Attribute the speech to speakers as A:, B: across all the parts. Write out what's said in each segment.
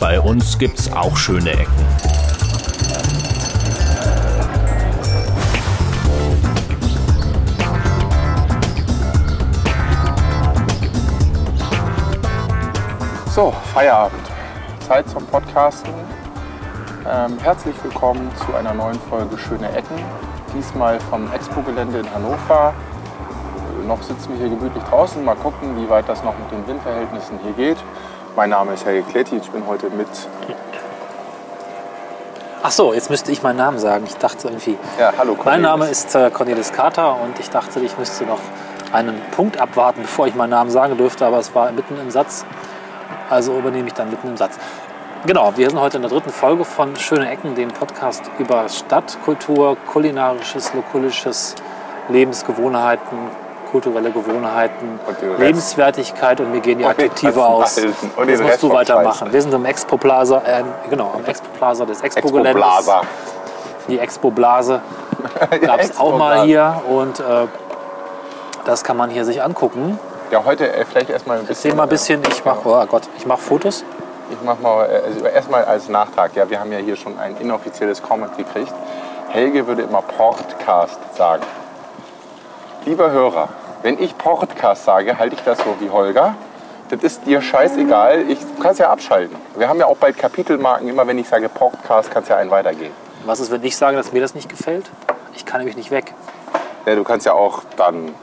A: bei uns gibt's auch schöne Ecken.
B: So, Feierabend. Zeit zum Podcasten. Ähm, herzlich willkommen zu einer neuen Folge Schöne Ecken. Diesmal vom Expo-Gelände in Hannover. Äh, Noch sitzen wir hier gemütlich draußen. Mal gucken, wie weit das noch mit den Windverhältnissen hier geht. Mein Name ist Helge Kletti. Ich bin heute mit.
C: Ach so, jetzt müsste ich meinen Namen sagen. Ich dachte irgendwie.
B: Ja, hallo Cornelis.
C: Mein Name ist äh, Cornelis Kater und ich dachte, ich müsste noch einen Punkt abwarten, bevor ich meinen Namen sagen dürfte, aber es war mitten im Satz. Also übernehme ich dann mitten im Satz. Genau, wir sind heute in der dritten Folge von Schöne Ecken, dem Podcast über Stadtkultur, kulinarisches, lokulisches, Lebensgewohnheiten, kulturelle Gewohnheiten,
B: Und den Rest.
C: Lebenswertigkeit und mir gehen die
B: Und den
C: Adjektive
B: ganzen
C: aus.
B: Alten. Und den
C: Das
B: Rest
C: musst du
B: vom Scheiß.
C: weitermachen. Wir sind im Expo Plaza, äh, genau, am Expo Plaza des Expo Geländes.
B: Expo-Blaser.
C: Die Expo Blase gab es auch mal hier und äh, das kann man hier sich angucken.
B: Ja, heute äh, vielleicht erstmal ein bisschen.
C: Erzähl mal ein bisschen, ich mache, oh Gott, ich mache Fotos.
B: Ich mach mal äh, also erstmal als Nachtrag. Ja, wir haben ja hier schon ein inoffizielles Comment gekriegt. Helge würde immer Podcast sagen. Lieber Hörer, wenn ich Podcast sage, halte ich das so wie Holger. Das ist dir scheißegal. Ich du kannst ja abschalten. Wir haben ja auch bald Kapitelmarken. Immer wenn ich sage Podcast, kannst ja einen weitergehen.
C: Was ist, wenn ich sage, dass mir das nicht gefällt? Ich kann nämlich nicht weg.
B: Ja, du kannst ja auch dann.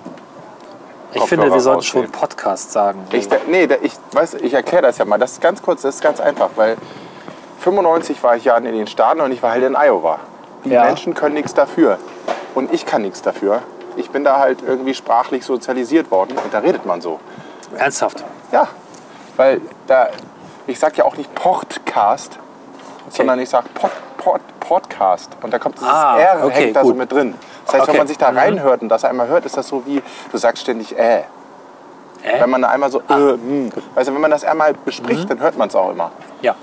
C: Ich
B: Kopfhörer
C: finde, wir sollten
B: rausnehmen.
C: schon Podcast sagen.
B: Ich, nee, ich, weiß, ich erkläre das ja mal. Das ist ganz kurz, das ist ganz einfach, weil 95 war ich ja in den Staaten und ich war halt in Iowa. Die
C: Ja.
B: Menschen können nichts dafür und ich kann nichts dafür. Ich bin da halt irgendwie sprachlich sozialisiert worden und da redet man so.
C: Ernsthaft.
B: Ja, weil da, ich sag ja auch nicht Podcast, sondern ich sag Pod, Pod, Podcast und da kommt dieses
C: Ah,
B: R
C: okay,
B: hängt da so
C: gut.
B: mit drin. Das heißt, wenn
C: Okay.
B: man sich da
C: Mhm.
B: reinhört und das einmal hört, ist das so wie, du sagst ständig äh.
C: Äh? Mhm.
B: Wenn man da einmal so, äh, mh. also wenn man das einmal bespricht, dann hört man es auch immer.
C: ja.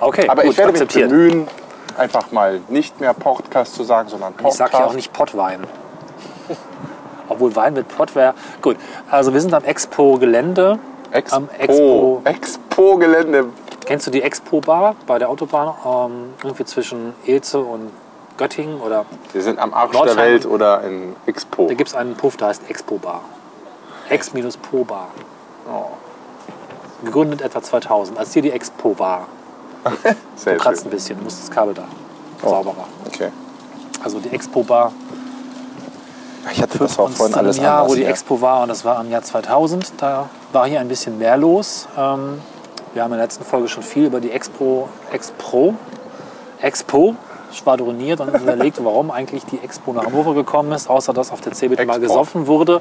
C: Okay,
B: Aber
C: gut,
B: ich werde mich
C: akzeptiert.
B: bemühen, einfach mal nicht mehr Podcast zu sagen, sondern
C: Ich
B: Podcast.
C: sage ja auch nicht Pottwein. Obwohl Wein mit Pott wäre. Gut, also wir sind am Expo-Gelände.
B: Expo.
C: Am Expo.
B: Expo-Gelände.
C: Kennst du die Expo-Bar bei der Autobahn? Ähm, irgendwie zwischen Elze und Göttingen oder
B: Wir sind am Arsch der
C: Nordheim.
B: Welt oder in Expo.
C: Da gibt es einen Puff, der heißt Expo Bar. Ex-Po Bar.
B: Oh.
C: Gegründet etwa 2000, als hier die Expo war.
B: Sehr
C: Kratzt ein
B: schön. Oh.
C: bisschen, muss das Kabel da. Sauberer.
B: Okay.
C: Also die Expo Bar.
B: Ich hatte das auch
C: Und
B: vorhin
C: in
B: alles
C: dem Jahr,
B: anders.
C: wo die
B: hier.
C: Expo war, und das war im Jahr 2000, da war hier ein bisschen mehr los. Ähm, wir haben in der letzten Folge schon viel über die Expo, Expro, Expo schwadroniert und uns überlegt, warum eigentlich die Expo nach Hannover gekommen ist, außer dass auf der CeBIT mal
B: Export.
C: gesoffen wurde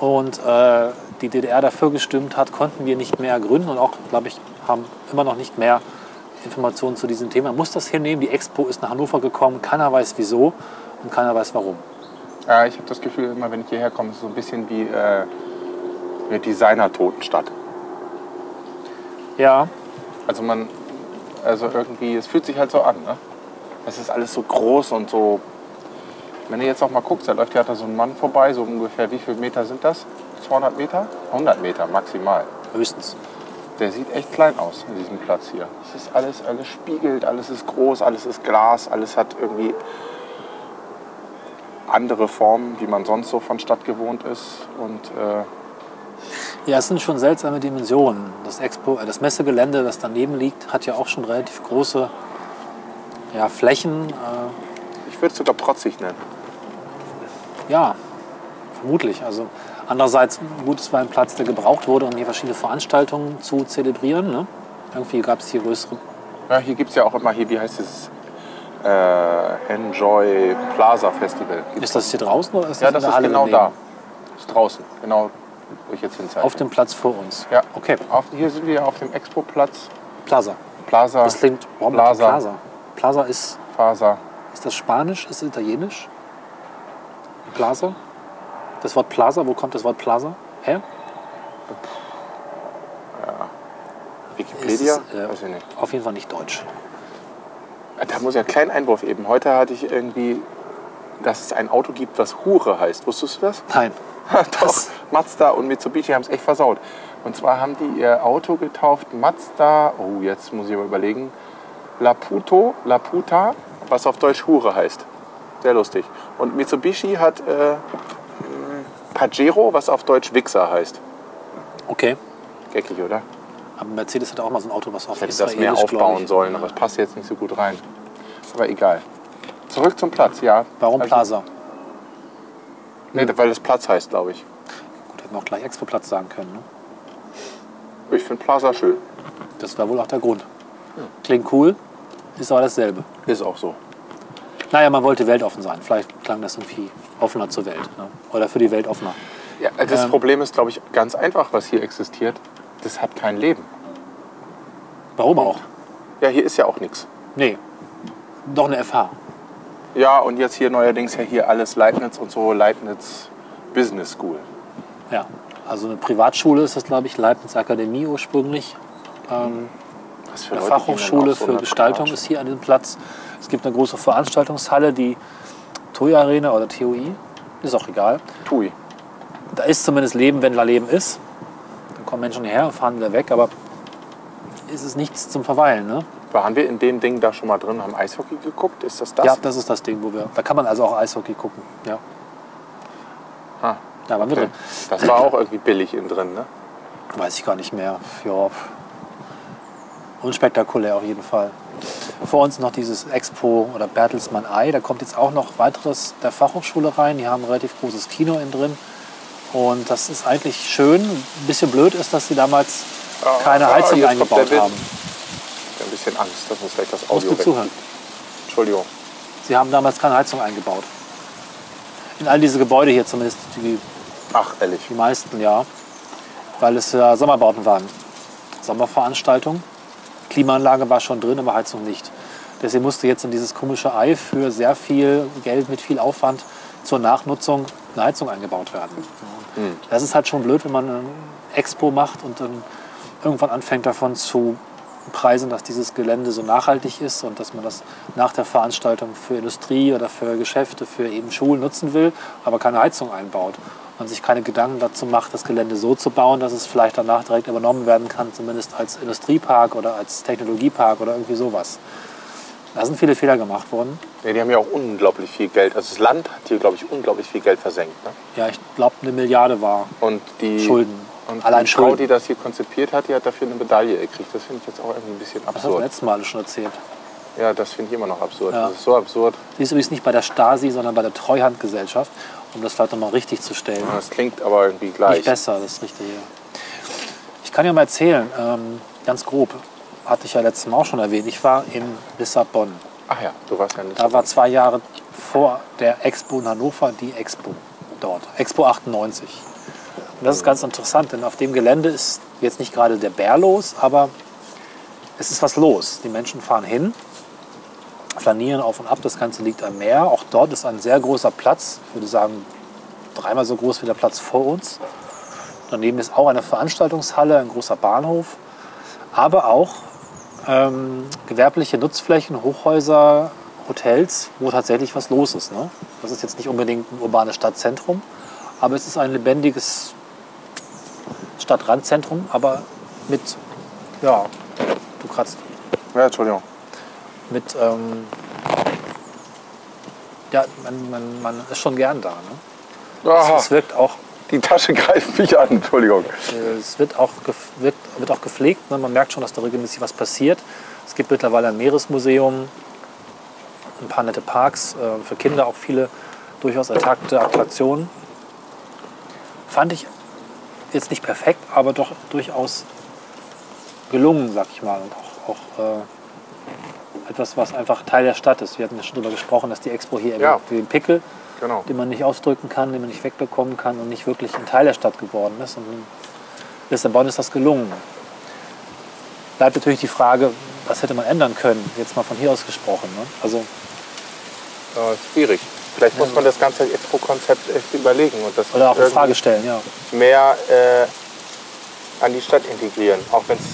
C: und äh, die DDR dafür gestimmt hat, konnten wir nicht mehr gründen und auch, glaube ich, haben immer noch nicht mehr Informationen zu diesem Thema. Man muss das hinnehmen, die Expo ist nach Hannover gekommen, keiner weiß wieso und keiner weiß warum.
B: Ja, ich habe das Gefühl, immer wenn ich hierher komme, ist es so ein bisschen wie äh, eine Designer-Totenstadt.
C: Ja,
B: Also man, also irgendwie, es fühlt sich halt so an, ne? Es ist alles so groß und so. Wenn du jetzt auch mal guckst, da läuft ja da so ein Mann vorbei, so ungefähr, wie viele Meter sind das? 200 Meter? 100 Meter maximal.
C: höchstens.
B: Der sieht echt klein aus in diesem Platz hier. Es ist alles, alles spiegelt, alles ist groß, alles ist Glas, alles hat irgendwie andere Formen, wie man sonst so von Stadt gewohnt ist. Und äh,
C: Ja, es sind schon seltsame Dimensionen. Das, Expo, äh, das Messegelände, das daneben liegt, hat ja auch schon relativ große ja, Flächen. Äh,
B: ich würde es sogar protzig nennen.
C: ja, vermutlich. Also andererseits, gut, es war ein Platz, der gebraucht wurde, um hier verschiedene Veranstaltungen zu zelebrieren. Ne? Irgendwie gab es hier größere.
B: Ja, hier gibt es ja auch immer, hier, wie heißt dieses äh, Enjoy Plaza Festival. Gibt's-
C: Ist das hier draußen oder ist das
B: Ja,
C: in
B: das
C: der
B: ist
C: Halle
B: genau da.
C: daneben?
B: Ist draußen, genau wo ich jetzt hinzeige.
C: Auf dem Platz vor uns.
B: ja.
C: Okay,
B: Auf, hier sind wir auf dem Expo-Platz.
C: Plaza.
B: Plaza,
C: Das klingt. Warum
B: Plaza.
C: Plaza? Plaza ist.
B: Faser.
C: Ist das Spanisch? Ist das Italienisch? Plaza? Das Wort Plaza, wo kommt das Wort Plaza her?
B: Wikipedia?
C: Ist es, äh,
B: Weiß ich nicht.
C: Auf jeden Fall nicht deutsch.
B: Da muss ich einen kleinen Einwurf eben. Heute hatte ich irgendwie, dass es ein Auto gibt, was Hure heißt. Wusstest du das?
C: Nein.
B: Doch, Mazda und Mitsubishi haben es echt versaut. Und zwar haben die ihr Auto getauft Mazda, oh, jetzt muss ich mal überlegen, Laputo, Laputa, was auf Deutsch Hure heißt. Sehr lustig. Und Mitsubishi hat äh, Pajero, was auf Deutsch Wichser heißt.
C: Okay.
B: Geckig, oder?
C: Aber Mercedes hat auch mal so ein Auto, was auf
B: Ich hätte das mehr
C: Israelisch, glaub
B: aufbauen
C: ich.
B: sollen, aber es passt jetzt nicht so gut rein. Aber egal. Zurück zum Platz, ja.
C: Warum
B: Also-
C: Plaza?
B: Nee, weil es Platz heißt, glaube ich.
C: Gut, hätten wir auch gleich Expo-Platz sagen können. Ne?
B: Ich finde Plaza schön.
C: Das war wohl auch der Grund. Klingt cool, ist aber dasselbe.
B: Ist auch so.
C: Naja, man wollte weltoffen sein. Vielleicht klang das irgendwie offener zur Welt. Ne? Oder für die Welt offener.
B: Ja,
C: Ähm.
B: das Problem ist, glaube ich, ganz einfach, was hier existiert. Das hat kein Leben.
C: Warum auch?
B: Ja, hier ist ja auch nichts.
C: Nee. Doch eine FH.
B: Ja, und jetzt hier neuerdings ja hier alles Leibniz und so, Leibniz Business School.
C: Ja. Also eine Privatschule ist das, glaube ich, Leibniz Akademie ursprünglich.
B: Was für
C: Eine
B: Leute gehen denn
C: Fachhochschule
B: auf so
C: für
B: eine
C: Gestaltung
B: Quatsch?
C: ist hier an diesem Platz. Es gibt eine große Veranstaltungshalle, die TUI Arena oder TUI, ist auch egal.
B: Tui.
C: Da ist zumindest Leben, wenn da Leben ist. Dann kommen Menschen hierher und fahren wieder weg, aber ist es nichts zum Verweilen. Ne?
B: Waren wir in dem Ding da schon mal drin, haben Eishockey geguckt? Ist das das?
C: Ja, das ist das Ding, wo wir. Da kann man also auch Eishockey gucken. Ja,
B: Ah,
C: da waren wir
B: okay.
C: drin.
B: Das war auch irgendwie billig innen drin, ne?
C: Weiß ich gar nicht mehr. Ja. Unspektakulär auf jeden Fall. Vor uns noch dieses Expo oder Bertelsmann Ei. Da kommt jetzt auch noch weiteres der Fachhochschule rein. Die haben ein relativ großes Kino innen drin. Und das ist eigentlich schön. Ein bisschen blöd ist, dass sie damals
B: Ah,
C: keine
B: ah,
C: Heizung
B: jetzt kommt der
C: eingebaut
B: Wind.
C: haben.
B: Ich hab ein bisschen Angst, dass uns vielleicht das
C: Musst
B: Audio
C: du zuhören.
B: Entschuldigung.
C: Sie haben damals keine Heizung eingebaut. In all diese Gebäude hier zumindest, die,
B: Ach, ehrlich.
C: die meisten, ja. Weil es ja Sommerbauten waren. Sommerveranstaltung. Klimaanlage war schon drin, aber Heizung nicht. Deswegen musste jetzt in dieses komische Ei für sehr viel Geld mit viel Aufwand zur Nachnutzung eine Heizung eingebaut werden. Das ist halt schon blöd, wenn man eine Expo macht und dann irgendwann anfängt davon zu preisen, dass dieses Gelände so nachhaltig ist und dass man das nach der Veranstaltung für Industrie oder für Geschäfte, für eben Schulen nutzen will, aber keine Heizung einbaut und sich keine Gedanken dazu macht, das Gelände so zu bauen, dass es vielleicht danach direkt übernommen werden kann, zumindest als Industriepark oder als Technologiepark oder irgendwie sowas. Da sind viele Fehler gemacht worden.
B: Nee, die haben ja auch unglaublich viel Geld. Also das Land hat hier, glaube ich, unglaublich viel Geld versenkt. Ne?
C: Ja, ich glaube, eine Milliarde war
B: Und die
C: Schulden.
B: Und
C: Allein
B: die Frau,
C: Schulden.
B: die das hier konzipiert hat, die hat dafür eine Medaille gekriegt. Das finde ich jetzt auch irgendwie ein bisschen
C: Das hast du
B: absurd.
C: letztes Mal schon erzählt.
B: ja, das finde ich immer noch absurd.
C: Ja.
B: Das ist so absurd.
C: Die ist übrigens nicht bei der Stasi, sondern bei der Treuhandgesellschaft, um das vielleicht nochmal richtig zu stellen.
B: Das klingt aber irgendwie
C: Nicht
B: gleich.
C: besser, das Richtige. Ich kann ja mal erzählen, ähm, ganz grob, hatte ich ja letztes Mal auch schon erwähnt, ich war in Lissabon.
B: Ach ja, du warst ja nicht.
C: Da war zwei Jahre vor der Expo in Hannover die Expo dort, Expo 98. Und das ist ganz interessant, denn auf dem Gelände ist jetzt nicht gerade der Bär los, aber es ist was los. Die Menschen fahren hin, flanieren auf und ab, das Ganze liegt am Meer. Auch dort ist ein sehr großer Platz, ich würde sagen dreimal so groß wie der Platz vor uns. Daneben ist auch eine Veranstaltungshalle, ein großer Bahnhof, aber auch ähm, gewerbliche Nutzflächen, Hochhäuser, Hotels, wo tatsächlich was los ist. Ne? Das ist jetzt nicht unbedingt ein urbanes Stadtzentrum, aber es ist ein lebendiges Stadtrandzentrum, aber mit, ja, du kratzt,
B: Ja, Entschuldigung.
C: mit, ähm, ja, man, man, man ist schon gern da. Ne?
B: Aha,
C: Es wirkt auch
B: Ah, die Tasche greift mich an. Entschuldigung.
C: Es wird auch, gef- wird, wird auch gepflegt. Ne? Man merkt schon, dass da regelmäßig was passiert. Es gibt mittlerweile ein Meeresmuseum, ein paar nette Parks, äh, für Kinder auch viele durchaus intakte Attraktionen. Fand ich jetzt nicht perfekt, aber doch durchaus gelungen, sag ich mal. Und auch, auch äh, etwas, was einfach Teil der Stadt ist. Wir hatten ja schon darüber gesprochen, dass die Expo hier
B: Ja.
C: irgendwie den Pickel
B: Genau.
C: den man nicht ausdrücken kann, den man nicht wegbekommen kann und nicht wirklich ein Teil der Stadt geworden ist. Und in Lissabon ist das gelungen. Bleibt natürlich die Frage, was hätte man ändern können, jetzt mal von hier aus gesprochen. Ne? Also
B: Ja, ist schwierig. Vielleicht muss man das ganze Expo-Konzept echt überlegen und das
C: Oder auch in
B: irgendwie
C: Frage stellen, ja.
B: mehr äh, an die Stadt integrieren. Auch wenn es.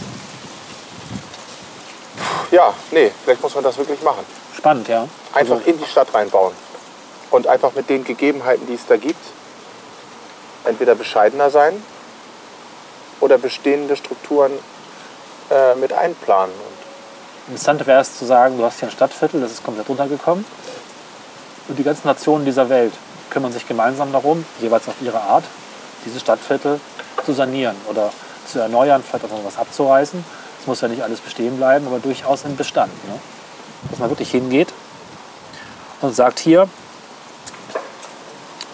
B: Ja, nee, vielleicht muss man das wirklich machen.
C: Spannend, ja.
B: Einfach in die Stadt reinbauen. Und einfach mit den Gegebenheiten, die es da gibt, entweder bescheidener sein oder bestehende Strukturen äh, mit einplanen. Und
C: Interessant wäre es zu sagen, du hast hier ein Stadtviertel, das ist komplett runtergekommen. Und die ganzen Nationen dieser Welt kümmern sich gemeinsam darum, jeweils auf ihre Art, dieses Stadtviertel zu sanieren oder zu erneuern, vielleicht auch noch was abzureißen. Es muss ja nicht alles bestehen bleiben, aber durchaus im Bestand. Ne? Dass man wirklich hingeht und sagt, hier,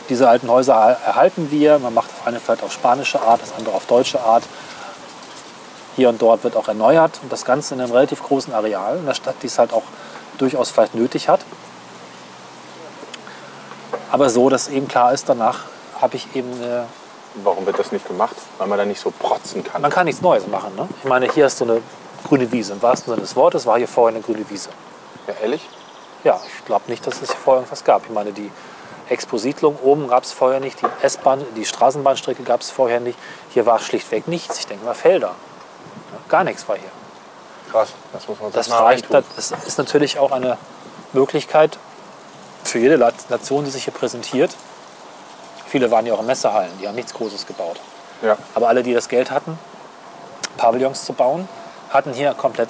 C: diese alten Häuser er- erhalten wir. Man macht das eine vielleicht auf spanische Art, das andere auf deutsche Art. Hier und dort wird auch erneuert und das Ganze in einem relativ großen Areal, in der Stadt, die es halt auch durchaus vielleicht nötig hat. Aber so, dass eben klar ist, danach habe ich eben eine
B: warum wird das nicht gemacht? Weil man da nicht so protzen kann.
C: man kann nichts Neues machen. Ne? Ich meine, hier ist so eine grüne Wiese. Im wahrsten Sinne des Wortes war hier vorher eine grüne Wiese.
B: ja, ehrlich?
C: Ja, ich glaube nicht, dass es hier vorher irgendwas gab. Ich meine, die Expositlung oben gab es vorher nicht, die S-Bahn, die Straßenbahnstrecke gab es vorher nicht. Hier war schlichtweg nichts. Ich denke mal Felder. Ja, Gar nichts war hier.
B: Krass, das muss man sich
C: Das,
B: mal
C: reicht,
B: reintun.
C: das ist natürlich auch eine Möglichkeit für jede La- Nation, die sich hier präsentiert. Viele waren ja auch in Messehallen, die haben nichts Großes gebaut.
B: Ja.
C: Aber alle, die das Geld hatten, Pavillons zu bauen, hatten hier komplett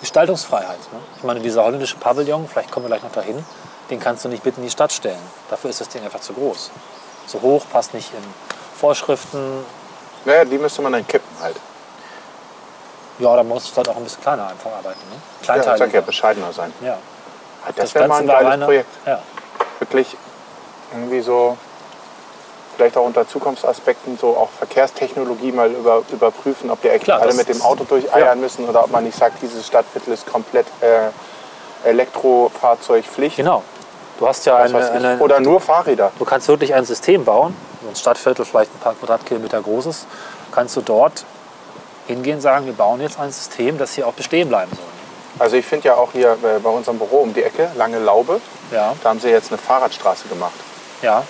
C: Gestaltungsfreiheit. Ne? Ich meine, dieser holländische Pavillon, vielleicht kommen wir gleich noch dahin, den kannst du nicht mitten in die Stadt stellen. Dafür ist das Ding einfach zu groß. Zu hoch, passt nicht in Vorschriften.
B: Naja, die müsste man dann kippen halt.
C: Ja, da musst du halt auch ein bisschen kleiner einfach arbeiten. Ne?
B: Ja, ich sag ja,
C: Kleinteiliger.
B: bescheidener sein.
C: Ja,
B: Ah, Das, wäre mal ein
C: war
B: geiles
C: eine-
B: Projekt.
C: Ja.
B: Wirklich irgendwie so, vielleicht auch unter Zukunftsaspekten, so auch Verkehrstechnologie mal über, überprüfen, ob die echt
C: Klar,
B: alle
C: das
B: mit dem
C: ist-
B: Auto durcheiern müssen oder ob man nicht sagt, dieses Stadtviertel ist komplett äh, Elektrofahrzeugpflicht.
C: Genau. Du hast ja
B: Was
C: eine,
B: weiß ich.
C: eine,
B: oder nur Fahrräder.
C: du kannst wirklich ein System bauen, so ein Stadtviertel vielleicht ein paar Quadratkilometer großes, kannst du dort hingehen und sagen, wir bauen jetzt ein System, das hier auch bestehen bleiben soll.
B: Also ich finde ja auch hier äh, bei unserem Büro um die Ecke, Lange Laube,
C: Ja,
B: da haben sie jetzt eine Fahrradstraße gemacht.
C: ja,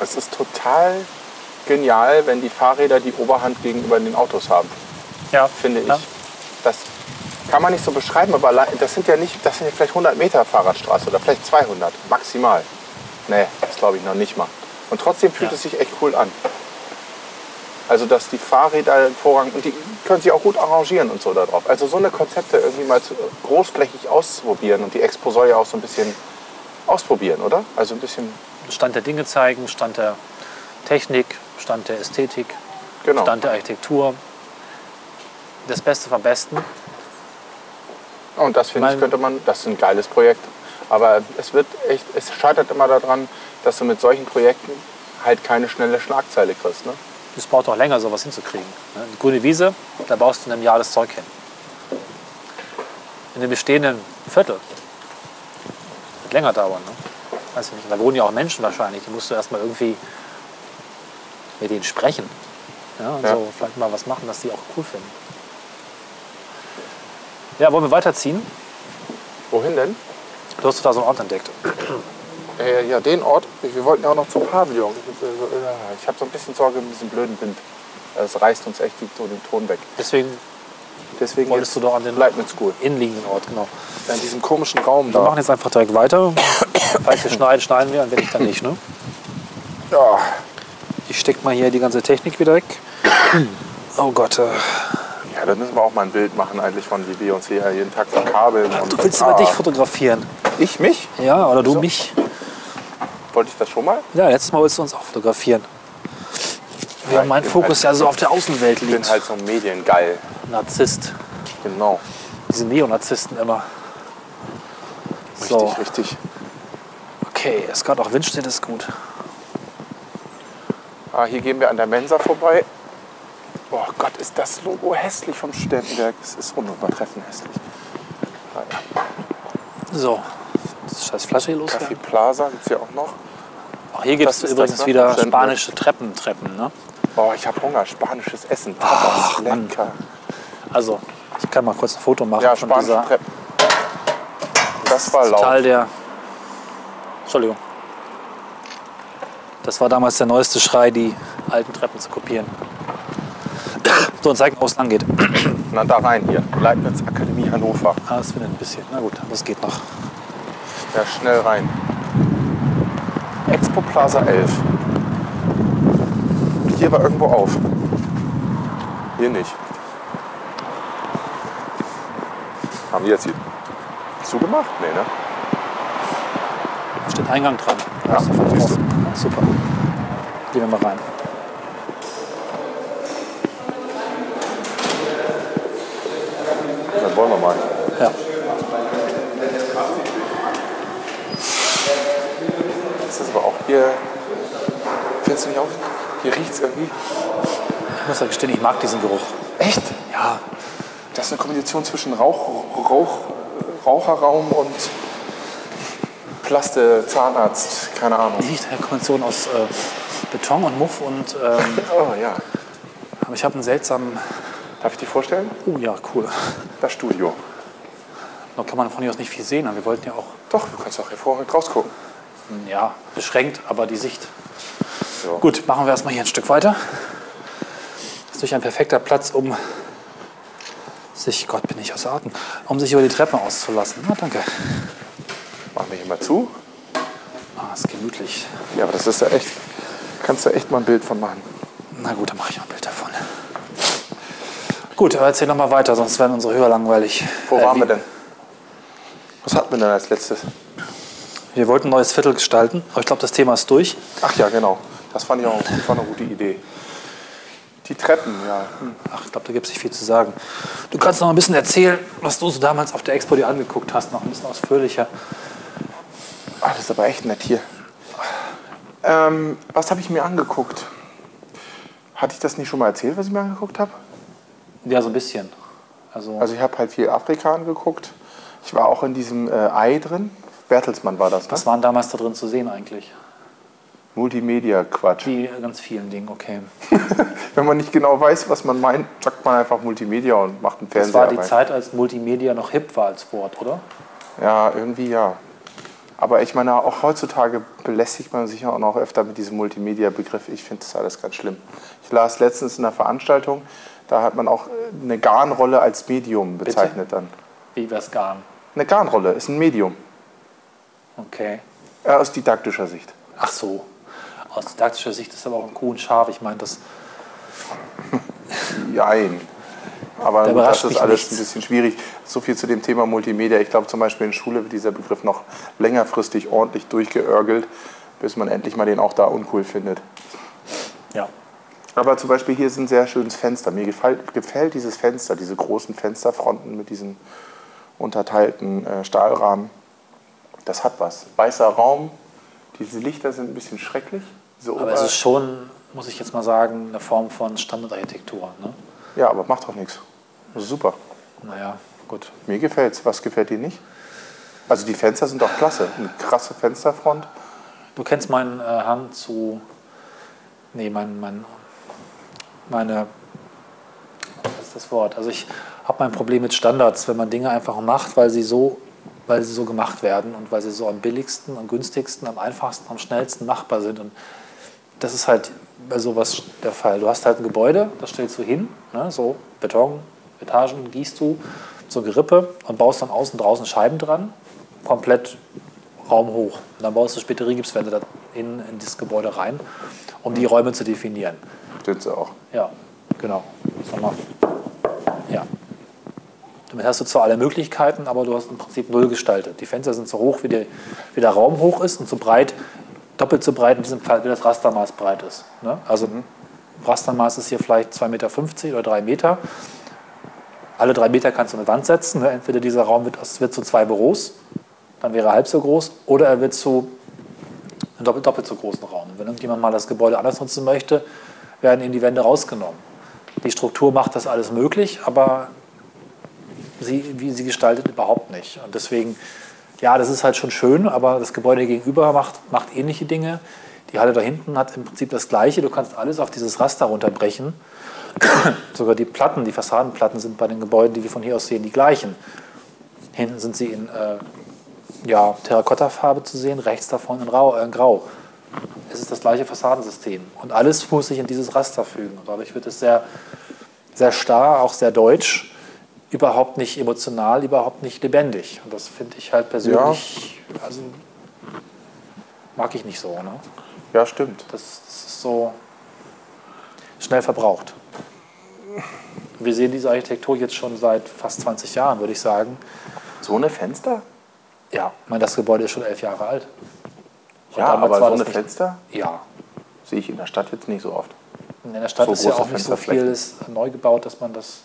B: Es ist total genial, wenn die Fahrräder die Oberhand gegenüber den Autos haben,
C: ja.
B: finde ich.
C: Ja.
B: Das kann man nicht so beschreiben, aber allein- das sind ja nicht, das sind ja vielleicht 100 Meter Fahrradstraße oder vielleicht 200 maximal. Nee, das glaube ich noch nicht mal. Und trotzdem fühlt
C: Ja.
B: es sich echt cool an. Also, dass die Fahrräder im Vorrang, und die können sich auch gut arrangieren und so da drauf. Also, so eine Konzepte irgendwie mal zu, großflächig auszuprobieren und die Expo soll ja auch so ein bisschen ausprobieren, oder? Also, ein bisschen,
C: Stand der Dinge zeigen, Stand der Technik, Stand der Ästhetik,
B: genau.
C: Stand der Architektur. Das Beste vom Besten.
B: Und das finde ich,
C: Mein-
B: könnte man, das ist ein geiles Projekt. Aber es wird echt, es scheitert immer daran, dass du mit solchen Projekten halt keine schnelle Schlagzeile kriegst. Ne?
C: Es braucht auch länger, sowas hinzukriegen. ne? Die grüne Wiese, da baust du in einem Jahr das Zeug hin. In dem bestehenden Viertel. Wird länger dauern. Ne? Weiß ich nicht. Da wohnen ja auch Menschen wahrscheinlich. Die musst du erstmal irgendwie mit denen sprechen. Ja, und
B: Ja.
C: so vielleicht mal was machen, dass die auch cool finden. Ja, wollen wir weiterziehen?
B: Wohin denn?
C: Du hast da so einen Ort entdeckt.
B: Äh, ja, den Ort. Wir wollten ja auch noch zum Pavillon. Ich, äh, Ich habe so ein bisschen Sorge um diesen blöden Wind. Es reißt uns echt die, so den Ton weg.
C: Deswegen
B: Deswegen
C: wolltest
B: jetzt
C: du doch an den
B: bleibt mit School.
C: innenliegenden Ort, genau.
B: In diesem komischen Raum
C: Wir
B: da.
C: machen jetzt einfach direkt weiter. Falls wir schneiden, schneiden wir und wenn nicht, dann nicht. Ne?
B: Ja.
C: Ich steck mal hier die ganze Technik wieder weg. Oh Gott. äh,
B: ja, dann müssen wir auch mal ein Bild machen eigentlich von wie wir uns hier jeden Tag verkabeln. und-
C: Du willst
B: Ah,
C: immer dich fotografieren.
B: Ich mich?
C: Ja, oder du mich.
B: Wollte ich das schon mal?
C: Ja, letztes Mal willst du uns auch fotografieren.
B: ich
C: Ja, mein
B: bin halt
C: Fokus ja so auf der Außenwelt
B: Ich bin
C: liegt.
B: halt so mediengeil.
C: Narzisst.
B: Genau.
C: Diese Neonazisten immer. So,
B: richtig.
C: okay, ist gerade auch windstill, ist gut.
B: Ah, hier gehen wir an der Mensa vorbei. Oh Gott, ist das Logo hässlich vom Sternwerk. Es ist unübertreffend hässlich. Ah, ja.
C: So, das scheiß Flasche hier
B: Café
C: loswerden.
B: Plaza gibt es hier auch noch.
C: Auch hier gibt
B: Das
C: es
B: ist
C: übrigens
B: das, ne?
C: wieder
B: Verständnis.
C: spanische Treppen, Treppen. Ne?
B: Oh, ich habe Hunger. Spanisches Essen. Tapas, lecker.
C: Also, ich kann mal kurz ein Foto machen
B: Ja,
C: von
B: spanische
C: dieser
B: Treppen. Das war laut.
C: Teil der. Entschuldigung. Das war damals der neueste Schrei, die alten Treppen zu kopieren. So, und zeig mal, wo es lang geht.
B: Na, da rein hier. Leibniz Akademie Hannover.
C: Ah, es findet ein bisschen. Na gut, aber es geht noch.
B: Ja, schnell rein. Expo Plaza 11. Hier war irgendwo auf. Hier nicht. Haben die jetzt hier zugemacht? Nee, ne?
C: Da steht Eingang dran.
B: Ja,
C: Ist sofort
B: siehst
C: offen. Ja, Super. Gehen wir mal rein.
B: Dann wollen wir mal.
C: Ja.
B: Das ist aber auch hier. Findest du nicht auch? Hier riecht es irgendwie.
C: Ich muss ja gestehen, ich mag diesen Geruch.
B: Echt?
C: Ja,
B: Das ist eine Kombination zwischen Rauch, Rauch, Raucherraum und Plaste, Zahnarzt, keine Ahnung.
C: die Kombination aus äh, Beton und Muff und ähm,
B: Oh ja.
C: aber ich habe einen seltsamen.
B: Darf ich die vorstellen?
C: Oh ja, cool.
B: Das Studio.
C: Noch kann man von hier aus nicht viel sehen, aber wir wollten ja auch
B: Doch, du kannst auch hervorragend rausgucken.
C: ja, beschränkt, aber die Sicht.
B: So.
C: Gut, machen wir erstmal hier ein Stück weiter. Das ist natürlich ein perfekter Platz, um sich, Gott bin ich außer Atem, um sich über die Treppe auszulassen. Na, danke.
B: Machen wir hier mal zu.
C: Ah, ist gemütlich.
B: Ja, aber das ist ja echt. Kannst du echt mal ein Bild von machen.
C: Na gut, dann mache ich noch ein Bild davon. Gut, aber erzähl noch mal weiter, sonst werden unsere Hörer langweilig.
B: Wo
C: Äh,
B: waren
C: wie-
B: wir denn? Was hatten wir denn als letztes?
C: Wir wollten ein neues Viertel gestalten, aber ich glaube, das Thema ist durch.
B: Ach ja, genau. Das fand ich auch das war eine gute Idee. Die Treppen, ja. Hm.
C: Ach, ich glaube, da gibt es nicht viel zu sagen. Du kannst noch ein bisschen erzählen, was du so damals auf der Expo dir angeguckt hast, noch ein bisschen ausführlicher.
B: Ah, das ist aber echt nett hier. Ähm, was habe ich mir angeguckt? Hatte ich das nicht schon mal erzählt, was ich mir angeguckt habe?
C: Ja, so ein bisschen. Also,
B: Also ich habe halt viel Afrika angeguckt. Ich war auch in diesem äh, Ei drin. Bertelsmann war das, ne?
C: was waren damals da drin zu sehen eigentlich?
B: Multimedia-Quatsch.
C: Die ganz vielen Dinge, okay.
B: Wenn man nicht genau weiß, was man meint, sagt man einfach Multimedia und macht einen
C: Das
B: Fernseher
C: war die
B: rein.
C: Zeit, als Multimedia noch hip war als Wort, oder?
B: Ja, irgendwie ja. Aber ich meine, auch heutzutage belästigt man sich ja auch noch öfter mit diesem Multimedia-Begriff. Ich finde das alles ganz schlimm. Ich las letztens in einer Veranstaltung, da hat man auch äh, eine Garnrolle als Medium bezeichnet dann.
C: Wie wär's Garn?
B: Eine Garnrolle ist ein Medium.
C: Okay.
B: Äh, aus didaktischer Sicht.
C: Ach so. Aus didaktischer Sicht ist aber auch ein Kuh und Schaf. Ich meine, das
B: Jein. Aber
C: Da überrascht
B: das ist
C: mich
B: alles
C: nichts.
B: ein bisschen schwierig. So viel zu dem Thema Multimedia. Ich glaube, zum Beispiel in Schule wird dieser Begriff noch längerfristig ordentlich durchgeörgelt, bis man endlich mal den auch da uncool findet.
C: ja.
B: Aber zum Beispiel hier ist ein sehr schönes Fenster. Mir gefällt, gefällt dieses Fenster, diese großen Fensterfronten mit diesen unterteilten äh, Stahlrahmen. Das hat was. Weißer Raum, diese Lichter sind ein bisschen schrecklich. So äh,
C: Aber es ist schon, muss ich jetzt mal sagen, eine Form von Standardarchitektur. Ne?
B: ja, aber macht doch nichts. Das ist Super.
C: Naja, gut.
B: Mir gefällt's. Was gefällt dir nicht? Also die Fenster sind doch klasse. Eine krasse Fensterfront.
C: Du kennst meinen äh, Hang zu. Nee, mein, mein, meine. Was ist das Wort? Also, ich habe mein Problem mit Standards, wenn man Dinge einfach macht, weil sie so weil sie so gemacht werden und weil sie so am billigsten, am günstigsten, am einfachsten, am schnellsten machbar sind. Und das ist halt bei sowas der Fall. Du hast halt ein Gebäude, das stellst du hin, ne, so Beton, Etagen gießt du, so ein Gerippe und baust dann außen draußen Scheiben dran, komplett Raum hoch. Und dann baust du später Rigipswände da in, in das Gebäude rein, um die Räume zu definieren.
B: Sind sie auch.
C: Ja, genau. Sag mal. Ja. Damit hast du zwar alle Möglichkeiten, aber du hast im Prinzip null gestaltet. Die Fenster sind so hoch, wie der, wie der Raum hoch ist und so breit, doppelt so breit in diesem Fall, wie das Rastermaß breit ist. Ne? Also Rastermaß ist hier vielleicht 2,50 Meter oder 3 Meter. Alle drei Meter kannst du eine Wand setzen. Ne? Entweder dieser Raum wird, aus- wird zu zwei Büros, dann wäre er halb so groß, oder er wird zu einen doppelt, doppelt so großen Raum. Wenn irgendjemand mal das Gebäude anders nutzen möchte, werden eben die Wände rausgenommen. Die Struktur macht das alles möglich, aber sie, wie sie gestaltet, überhaupt nicht. Und deswegen, ja, das ist halt schon schön, aber das Gebäude gegenüber macht, macht ähnliche Dinge. Die Halle da hinten hat im Prinzip das Gleiche. Du kannst alles auf dieses Raster runterbrechen. Sogar die Platten, die Fassadenplatten sind bei den Gebäuden, die wir von hier aus sehen, die gleichen. Hinten sind sie in äh, ja, Terrakottafarbe zu sehen, rechts davon in, Rau, äh, in Grau. Es ist das gleiche Fassadensystem. Und alles muss sich in dieses Raster fügen. Und dadurch wird es sehr, sehr starr, auch sehr deutsch, überhaupt nicht emotional, überhaupt nicht lebendig. Und das finde ich halt persönlich, also mag ich nicht so. Ne?
B: Ja, stimmt.
C: Das, das ist so schnell verbraucht. Wir sehen diese Architektur jetzt schon seit fast 20 Jahren, würde ich sagen.
B: So eine Fenster?
C: Ja, ich meine, das Gebäude ist schon elf Jahre alt. Und
B: Ja,
C: damals
B: aber
C: war
B: so
C: das
B: eine
C: nicht-
B: Fenster
C: Ja.
B: sehe ich in der Stadt jetzt nicht so oft.
C: Und In der Stadt
B: So
C: ist ja
B: große
C: auch nicht so
B: Fensterflächen.
C: vieles neu gebaut, dass man das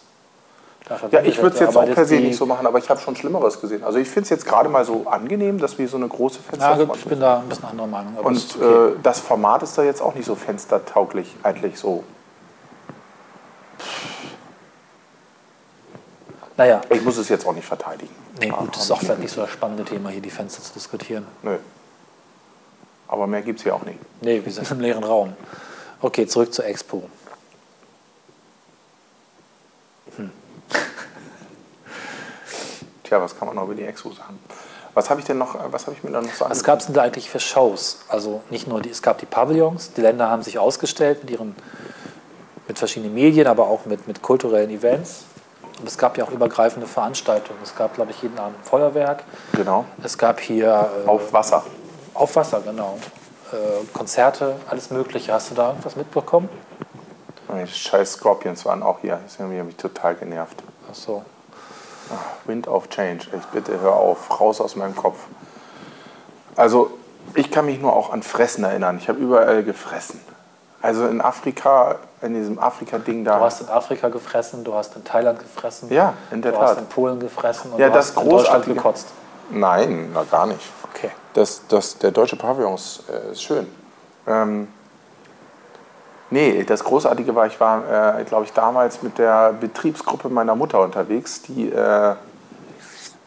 C: da
B: Ja,
C: verwendet
B: ich würde es
C: hätte.
B: jetzt
C: Aber
B: auch per se
C: die-
B: nicht so machen, aber ich habe schon Schlimmeres gesehen. Also ich finde es jetzt gerade mal so angenehm, dass wir so eine große
C: Ja,
B: Fensterfront
C: gut, ich bin da ein bisschen anderer Meinung. aber
B: Und
C: ist okay.
B: äh, das Format ist da jetzt auch nicht so fenstertauglich, eigentlich so.
C: naja,
B: Ich muss es jetzt auch nicht verteidigen.
C: nee, gut, das ist auch vielleicht nicht so das spannende Thema, hier die Fenster zu diskutieren.
B: Nö. Aber mehr gibt es hier auch nicht.
C: Nee, wir sind im leeren Raum. Okay, zurück zur Expo. Hm.
B: Tja, was kann man noch über die Expo sagen? Was habe ich denn noch, was habe ich mir dann noch sagen?
C: Was gab es denn da eigentlich für Shows? Also nicht nur die, es gab die Pavillons, die Länder haben sich ausgestellt mit ihren mit verschiedenen Medien, aber auch mit, mit kulturellen Events. Und es gab ja auch übergreifende Veranstaltungen. Es gab, glaube ich, jeden Abend ein Feuerwerk.
B: Genau.
C: Es gab hier äh,
B: Auf Wasser.
C: auf Wasser, genau. Äh, Konzerte, alles Mögliche. Hast du da irgendwas mitbekommen?
B: Die scheiß Scorpions waren auch hier. Das haben mich total genervt.
C: Ach so.
B: Wind of Change. Ich bitte hör auf, raus aus meinem Kopf. Also, ich kann mich nur auch an Fressen erinnern. Ich habe überall gefressen. Also in Afrika, in diesem Afrika-Ding da.
C: Du hast in Afrika gefressen, du hast in Thailand gefressen.
B: Ja, in der
C: du
B: Tat.
C: hast in Polen gefressen und
B: Ja,
C: du
B: das
C: hast in Deutschland
B: Großartige.
C: gekotzt.
B: Nein, na gar nicht.
C: Okay.
B: Das, das, der deutsche Pavillon ist, äh, ist schön. Ähm, nee, das Großartige war, ich war, äh, glaube ich, damals mit der Betriebsgruppe meiner Mutter unterwegs, die äh,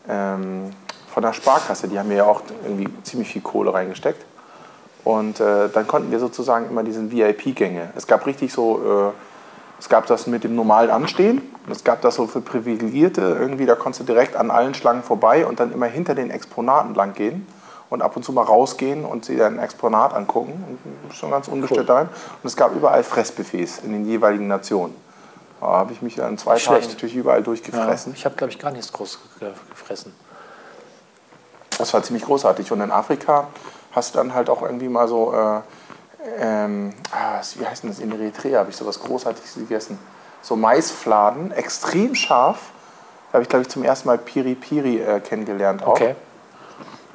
B: ähm, von der Sparkasse, die haben mir ja auch irgendwie ziemlich viel Kohle reingesteckt. Und äh, dann konnten wir sozusagen immer diesen VIP-Gänge. Es gab richtig so, äh, es gab das mit dem normalen Anstehen. und Es gab das so für Privilegierte. Irgendwie, da konntest du direkt an allen Schlangen vorbei und dann immer hinter den Exponaten lang gehen und ab und zu mal rausgehen und sie dann ein Exponat angucken. Und schon ganz ungestört rein. Und es gab überall Fressbuffets in den jeweiligen Nationen. Da habe ich mich dann in zwei Tagen
C: schlecht.
B: natürlich überall
C: Ja,
B: durchgefressen.
C: ich habe, glaube ich, gar nichts groß ge- gefressen.
B: Das war ziemlich großartig. Und in Afrika hast du dann halt auch irgendwie mal so, äh, ähm, ah, wie heißt denn das? In Eritrea habe ich sowas Großartiges gegessen. So Maisfladen, extrem scharf. Da habe ich, glaube ich, zum ersten Mal Piri Piri äh, kennengelernt. Auch.
C: Okay.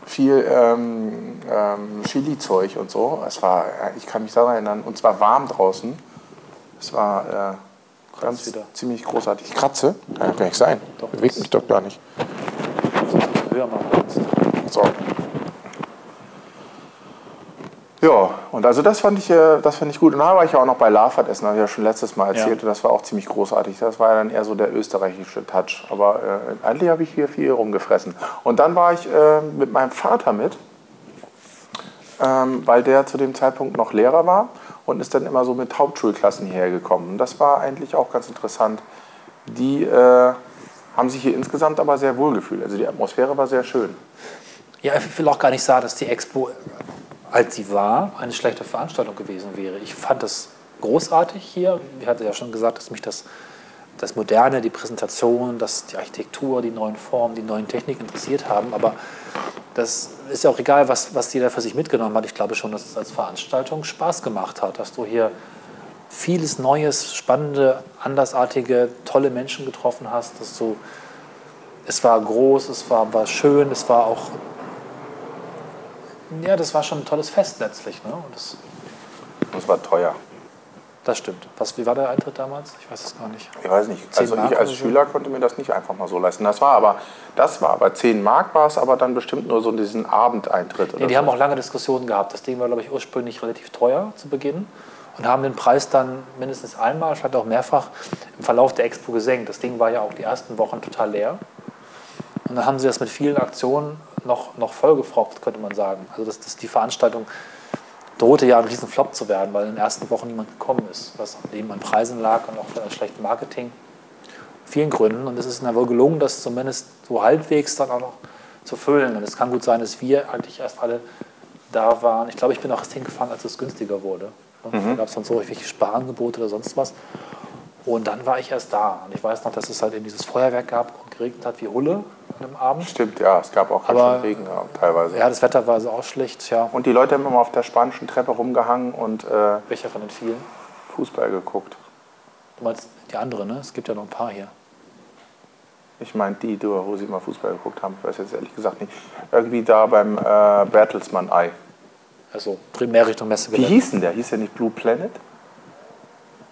B: Viel ähm, ähm, Chili-Zeug und so. Es war, äh, ich kann mich daran erinnern, und zwar warm draußen. Es war äh, ganz
C: wieder.
B: ziemlich großartig. Ich Kratze? Kann gar nicht sein.
C: Doch,
B: Bewegt
C: das-
B: mich doch gar nicht.
C: Höher machen wir uns.
B: So. Ja, und also das fand ich, äh, das fand ich gut. Und da war ich ja auch noch bei Lafert essen, habe ich ja schon letztes Mal erzählt. Und
C: Ja.
B: das war auch ziemlich großartig. Das war ja dann eher so der österreichische Touch. Aber äh, eigentlich habe ich hier viel rumgefressen. Und dann war ich äh, mit meinem Vater mit, ähm, weil der zu dem Zeitpunkt noch Lehrer war und ist dann immer so mit Hauptschulklassen hierher gekommen. Und das war eigentlich auch ganz interessant. Die äh, haben sich hier insgesamt aber sehr wohl gefühlt. Also die Atmosphäre war sehr schön.
C: Ja, ich will auch gar nicht sagen, dass die Expo, als sie war, eine schlechte Veranstaltung gewesen wäre. Ich fand das großartig hier. Ich hatte ja schon gesagt, dass mich das, das Moderne, die Präsentation, das, die Architektur, die neuen Formen, die neuen Techniken interessiert haben. Aber das ist ja auch egal, was, was jeder für sich mitgenommen hat. Ich glaube schon, dass es als Veranstaltung Spaß gemacht hat, dass du hier vieles Neues, Spannende, Andersartige, tolle Menschen getroffen hast, dass du es war groß, es war, war schön, es war auch. Ja, das war schon ein tolles Fest letztlich. Ne? Und das,
B: Das war teuer.
C: das stimmt. Was, wie war der Eintritt damals? Ich weiß es gar nicht.
B: Ich weiß nicht. Also
C: Mark
B: ich als
C: oder so?
B: Schüler konnte mir das nicht einfach mal so leisten. Das war aber, das war aber 10 Mark war es, aber dann bestimmt nur so diesen Abendeintritt.
C: Nee,
B: Oder
C: die
B: so.
C: haben auch lange Diskussionen gehabt. Das Ding war, glaube ich, ursprünglich relativ teuer zu Beginn und haben den Preis dann mindestens einmal, vielleicht auch mehrfach, im Verlauf der Expo gesenkt. Das Ding war ja auch die ersten Wochen total leer. Und dann haben sie das mit vielen Aktionen noch, noch vollgefropft, könnte man sagen. Also das, das, die Veranstaltung drohte ja ein Riesenflop zu werden, weil in den ersten Wochen niemand gekommen ist, was eben an Preisen lag und auch an schlechtem Marketing. Vielen Gründen. Und es ist ihnen wohl gelungen, das zumindest so halbwegs dann auch noch zu füllen. Und es kann gut sein, dass wir eigentlich erst alle da waren. Ich glaube, ich bin auch erst hingefahren, als es günstiger wurde. Da gab es dann so irgendwelche Sparangebote oder sonst was. Und dann war ich erst da. Und ich weiß noch, dass es halt eben dieses Feuerwerk gab und geregnet hat wie Hulle an dem Abend.
B: Stimmt, ja, es gab auch ganz
C: Aber-
B: schön Regen ja, teilweise.
C: Ja, das Wetter war so auch schlecht. Ja,
B: Und die Leute haben immer auf der spanischen Treppe rumgehangen und äh,
C: welcher von den vielen?
B: Fußball geguckt.
C: Du meinst die andere, ne? Es gibt ja noch ein paar hier.
B: Ich meine die, die wo sie mal Fußball geguckt haben. Ich weiß jetzt ehrlich gesagt nicht. Irgendwie da beim äh, Bertelsmann Ei.
C: Also primär Richtung Messe.
B: Wie hieß denn der? Hieß der nicht Blue Planet?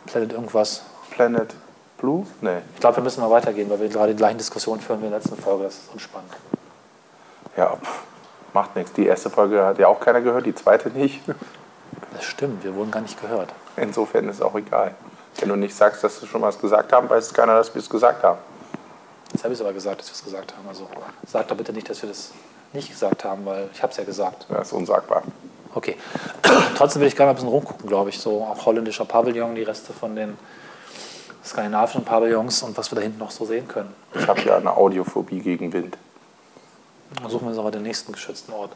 C: Planet irgendwas.
B: Planet Blue? Nee.
C: Ich glaube, wir müssen mal weitergehen, weil wir gerade die gleichen Diskussionen führen wie in der letzten Folge. Das ist unspannend.
B: Ja, pff, macht nichts. Die erste Folge hat ja auch keiner gehört, die zweite nicht.
C: Das stimmt, wir wurden gar nicht gehört.
B: Insofern ist auch egal. Wenn du nicht sagst, dass wir schon was gesagt haben, weiß keiner, dass wir es gesagt haben.
C: Jetzt habe ich es aber gesagt, dass wir es gesagt haben. Also sag doch bitte nicht, dass wir das nicht gesagt haben, weil ich habe es ja gesagt.
B: Das ist unsagbar.
C: Okay. Trotzdem will ich gerne ein bisschen rumgucken, glaube ich. So auch holländischer Pavillon, die Reste von den skandinavischen Pavillons und was wir da hinten noch so sehen können.
B: Ich habe ja eine Audiophobie gegen Wind.
C: Dann suchen wir uns aber den nächsten geschützten Ort.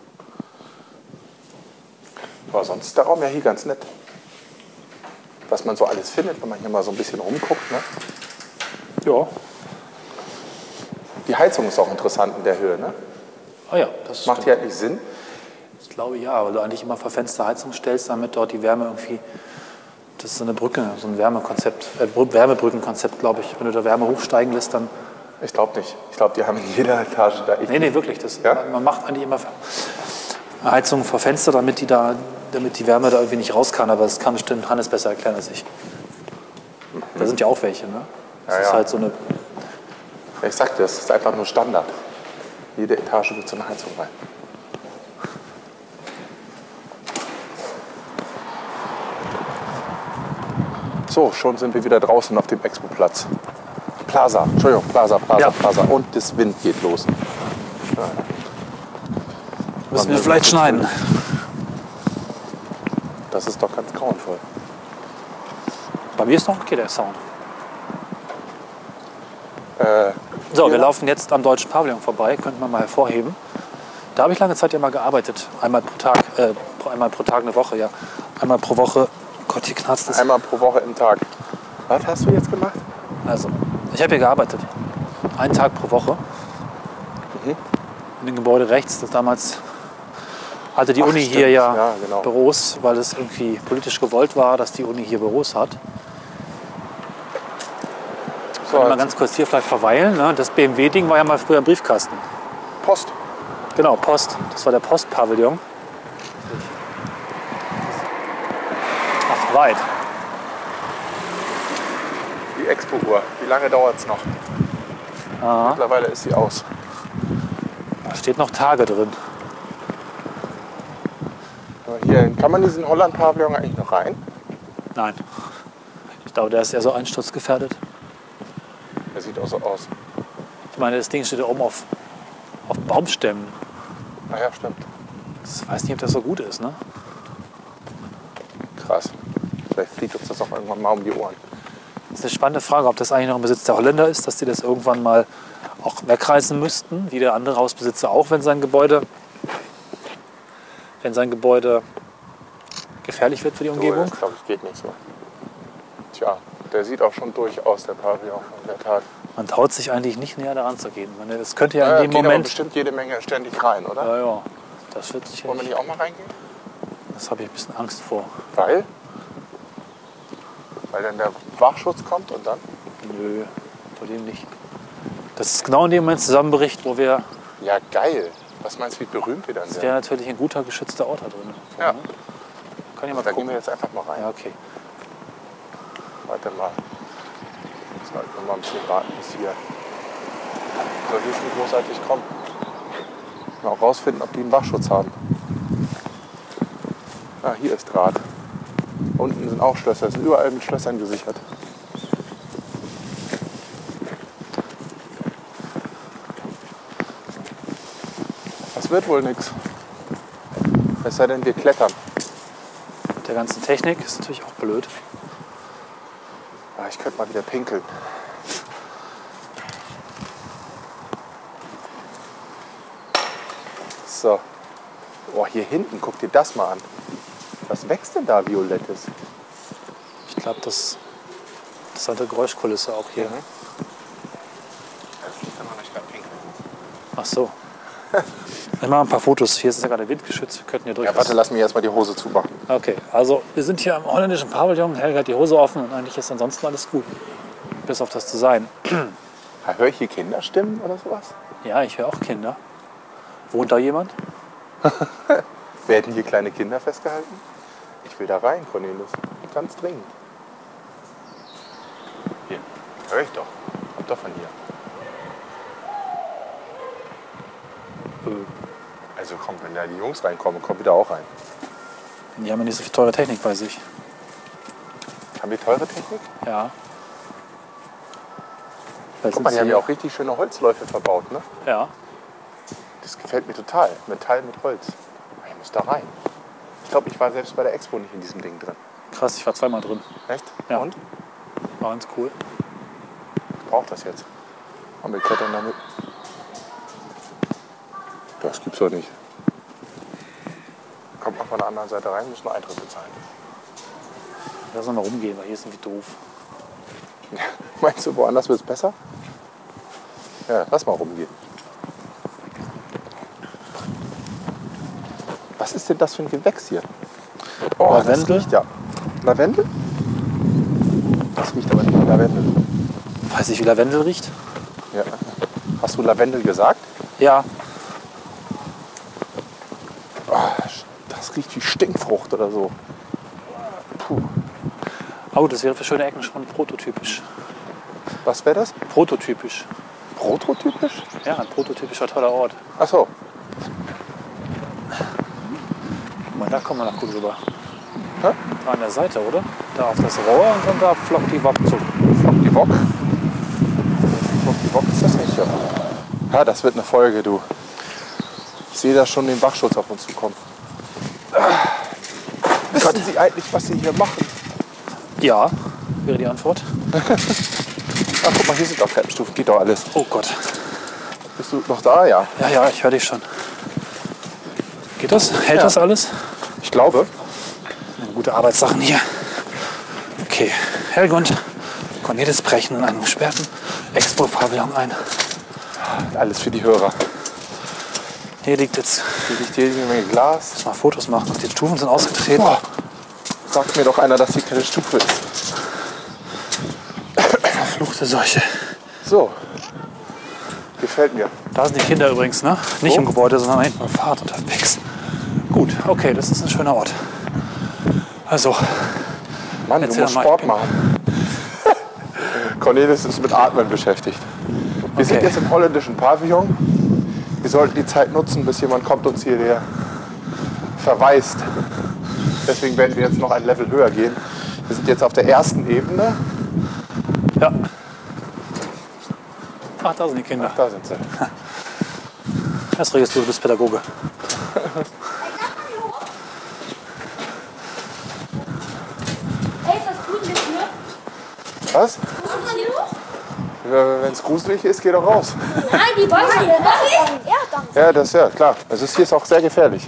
B: Aber sonst ist der Raum ja hier ganz nett. Was man so alles findet, wenn man hier mal so ein bisschen rumguckt. Ne?
C: Ja.
B: Die Heizung ist auch interessant in der Höhe. Ne?
C: Ah ja, das
B: Macht
C: stimmt.
B: die eigentlich Sinn?
C: Ich glaube ja, weil du eigentlich immer verfenster Heizung stellst, damit dort die Wärme irgendwie. Das ist so eine Brücke, so ein Wärmekonzept, äh, Brü- Wärmebrückenkonzept, glaube ich. Wenn du da Wärme hochsteigen lässt, dann.
B: Ich glaube nicht. Ich glaube, die haben in jeder Etage da. Ich,
C: Nee, nee, wirklich. Das,
B: Ja?
C: Man macht eigentlich immer Ver- Heizung vor Fenster, damit die, da, damit die Wärme da irgendwie nicht raus kann. Aber das kann bestimmt Hannes besser erklären als ich. Da sind ja auch welche, ne? Das
B: Mhm. Ja,
C: ist
B: ja.
C: halt so eine.
B: ich sagte, das ist einfach nur Standard. Jede Etage mit so einer Heizung rein. So, schon sind wir wieder draußen auf dem Expo-Platz. Plaza, Entschuldigung, Plaza, Plaza,
C: Ja.
B: Plaza. Und das Wind geht los.
C: Müssen wir vielleicht schneiden.
B: Das ist doch ganz grauenvoll.
C: Bei mir ist noch okay der Sound.
B: Äh,
C: So, wir laufen jetzt am Deutschen Pavillon vorbei, könnte man mal hervorheben. Da habe ich lange Zeit ja mal gearbeitet. Einmal pro Tag, äh, pro- einmal pro Tag eine Woche, ja. Einmal pro Woche. Gott, hier knarzt es.
B: einmal pro Woche im Tag. Was hast du jetzt gemacht?
C: Also, ich habe hier gearbeitet. Einen Tag pro Woche.
B: Mhm.
C: In dem Gebäude rechts, das damals hatte die
B: Ach,
C: Uni
B: stimmt.
C: hier ja,
B: Ja, genau.
C: Büros, weil es irgendwie politisch gewollt war, dass die Uni hier Büros hat.
B: So,
C: Mal
B: jetzt
C: ganz kurz hier vielleicht verweilen. Ne? Das BMW-Ding war ja mal früher ein Briefkasten.
B: Post.
C: Genau, Post. Das war der Postpavillon. Ach, weit.
B: Die Expo-Uhr. Wie lange dauert es noch? Mittlerweile ist sie aus.
C: Da steht noch Tage drin.
B: Aber Hier, kann man diesen Holland-Pavillon eigentlich noch rein?
C: Nein. Ich glaube, der ist eher so einsturzgefährdet.
B: Der sieht auch so aus.
C: Ich meine, das Ding steht ja oben auf, auf Baumstämmen.
B: Ah ja, stimmt.
C: Ich weiß nicht, ob das so gut ist, ne?
B: Krass. Vielleicht fliegt uns das auch irgendwann mal um die Ohren.
C: Das ist eine spannende Frage, ob das eigentlich noch im Besitz der Holländer ist, dass die das irgendwann mal auch wegreißen müssten, wie der andere Hausbesitzer auch, wenn sein Gebäude, wenn sein Gebäude gefährlich wird für die Umgebung.
B: glaube ich, geht nicht so. Tja, der sieht auch schon durchaus, der Pavillon, in der Tat.
C: Man traut sich eigentlich nicht näher daran zu gehen. Man, das könnte ja in
B: Ja,
C: dem
B: geht aber
C: Moment.
B: bestimmt jede Menge ständig rein, oder?
C: Ja, ja. Das wird sicher
B: Wollen wir
C: nicht.
B: nicht auch mal reingehen?
C: Das habe ich ein bisschen Angst vor.
B: Weil? Weil dann der Wachschutz kommt und dann?
C: Nö, vor dem nicht. Das ist genau in dem Moment zusammenbricht, wo wir.
B: Ja, geil. Was meinst du, wie berühmt wir dann
C: Das
B: sind?
C: wäre natürlich ein guter geschützter Ort da drin.
B: Ja.
C: Kann ich mal
B: Da gehen
C: gucken.
B: wir jetzt einfach mal rein.
C: Ja, okay.
B: Warte mal. Sollten wir halt mal ein bisschen warten bis hier. Soll hier schon großartig kommen. Mal auch rausfinden, ob die einen Wachschutz haben. Ah, hier ist Draht. Unten sind auch Schlösser. Sind überall mit Schlössern gesichert. Das wird wohl nichts. Es sei denn, wir klettern.
C: Mit der ganzen Technik ist natürlich auch blöd.
B: Ah, ich könnte mal wieder pinkeln. So. Boah, hier hinten, guck dir das mal an. Was wächst denn da Violettes?
C: Ich glaube, das, das ist halt eine Geräuschkulisse auch hier. ne? Ach so. Ich mache ein paar Fotos. Hier ist es ja gerade windgeschützt. Wir könnten hier durch.
B: Ja, warte, lass mir erstmal die Hose zumachen.
C: Okay, also wir sind hier am holländischen Pavillon. Helga hat die Hose offen und eigentlich ist ansonsten alles gut. Bis auf das Design.
B: Höre ich hier Kinderstimmen oder sowas?
C: Ja, ich höre auch Kinder. Wohnt da jemand?
B: Werden hier kleine Kinder festgehalten? Ich will da rein, Cornelius. Ganz dringend. Hier, höre ich doch. Kommt doch von hier. Also komm, wenn da die Jungs reinkommen, kommt wieder auch rein.
C: Die haben ja nicht so viel teure Technik bei sich.
B: Haben die teure Technik?
C: Ja.
B: Guck mal, die haben ja auch richtig schöne Holzläufe verbaut, ne?
C: Ja.
B: Das gefällt mir total. Metall mit Holz. Ich muss da rein. Ich glaube, ich war selbst bei der Expo nicht in diesem Ding drin.
C: Krass, ich war zweimal drin.
B: Echt?
C: Ja.
B: Und?
C: War ganz cool.
B: Ich brauche das jetzt. Und wir klettern damit. Das gibt's doch nicht. Kommt mal von der anderen Seite rein, müssen Eintritt bezahlen.
C: Lass uns mal rumgehen, weil hier ist irgendwie doof.
B: Meinst du, woanders wird's besser? Ja, lass mal rumgehen. Was ist denn das für ein Gewächs hier? Oh, das
C: Lavendel?
B: riecht ja. Lavendel? Das riecht aber nicht nach Lavendel.
C: Weiß ich, wie Lavendel riecht?
B: Ja. Hast du Lavendel gesagt?
C: Ja.
B: Das riecht wie Stinkfrucht oder so. Puh.
C: Oh, das wäre für schöne Ecken schon prototypisch.
B: Was wäre das?
C: Prototypisch.
B: Prototypisch?
C: Ja, ein prototypischer toller Ort.
B: Ach so.
C: Guck mal, da kommen wir noch gut rüber.
B: Hä?
C: Da an der Seite, oder? Da auf das Rohr und dann da flockt die Wappen zu.
B: Flock die Bock. Flock die Bock ist das nicht, ja. Ja, das wird eine Folge, du. Ich sehe da schon den Wachschutz auf uns zukommen. Ah. Wissen Sie eigentlich, was Sie hier machen?
C: Ja, wäre die Antwort.
B: Ach, guck mal, hier sind auch Treppenstufen, geht doch alles.
C: Oh Gott.
B: Bist du noch da? Ja.
C: Ja, ja, ich höre dich schon. Geht das? Hält
B: Ja.
C: das alles?
B: Ich glaube.
C: Gute Arbeitssachen hier. Okay, Helgund, Cornelis brechen in einem gesperrten Expo-Pavillon ein.
B: Alles für die Hörer.
C: Hier liegt jetzt,
B: Hier liegt jede Menge Glas.
C: muss mal Fotos machen. Die Stufen sind ausgetreten.
B: Boah. Sagt mir doch einer, dass hier keine Stufe ist.
C: Verfluchte Seuche.
B: So. Gefällt mir.
C: Da sind die Kinder übrigens, ne? Nicht
B: Oh.
C: im Gebäude, sondern hinten am Fahrrad unterwegs. Gut, okay, das ist ein schöner Ort. Also,
B: Mann,
C: Erzähl
B: du musst
C: mal.
B: Sport machen. Cornelis ist mit Atmen beschäftigt. Wir sind
C: Okay.
B: jetzt im holländischen Pavillon. Wir sollten die Zeit nutzen, bis jemand kommt und uns hier der verweist. Deswegen werden wir jetzt noch ein Level höher gehen. Wir sind jetzt auf der ersten Ebene.
C: ja. Ach, da sind die Kinder.
B: Da sind sie.
C: Das regelst du, du bist Pädagoge.
D: Hey, ist das gut mit
B: Was?
D: mir? Was ist hier los?
B: Wenn es gruselig ist, geh doch raus.
D: Nein, die wollen hier. Was Erdgang.
B: Ja, das ja, klar. Das ist, hier ist auch sehr gefährlich.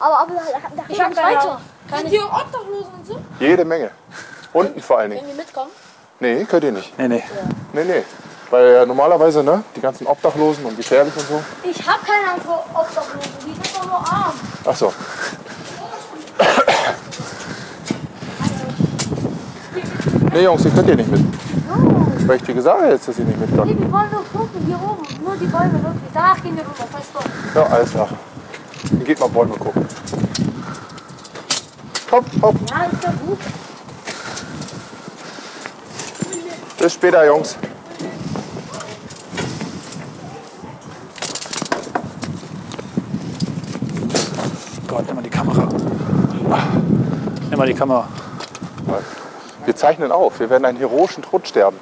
D: Aber, aber da, da ich hab weiter. Sind hier Obdachlosen und so?
B: Jede Menge. Unten vor allen Dingen.
D: Können wir mitkommen?
B: Nee, könnt ihr nicht.
C: Nee, nee.
B: Nee, nee. Weil äh, normalerweise, ne, die ganzen Obdachlosen und gefährlich und so.
D: Ich hab keine Angst vor Obdachlosen. Die sind doch nur arm.
B: Ach so. Nee, Jungs, ihr könnt ihr nicht mit. Weil ich dir gesagt habe, jetzt, dass ihr nicht mitkommt.
D: Nee, wir wollen nur gucken, hier oben. Nur die Bäume wirklich. Danach gehen wir rüber, weißt du.
B: Ja, alles klar. Dann geht mal Bäume gucken. Hopp, hopp.
D: Ja, ist ja gut.
B: Bis später, Jungs.
C: Gott, nimm mal die Kamera. Ah, Nimm mal die Kamera.
B: Wir zeichnen auf. Wir werden einen heroischen Tod sterben.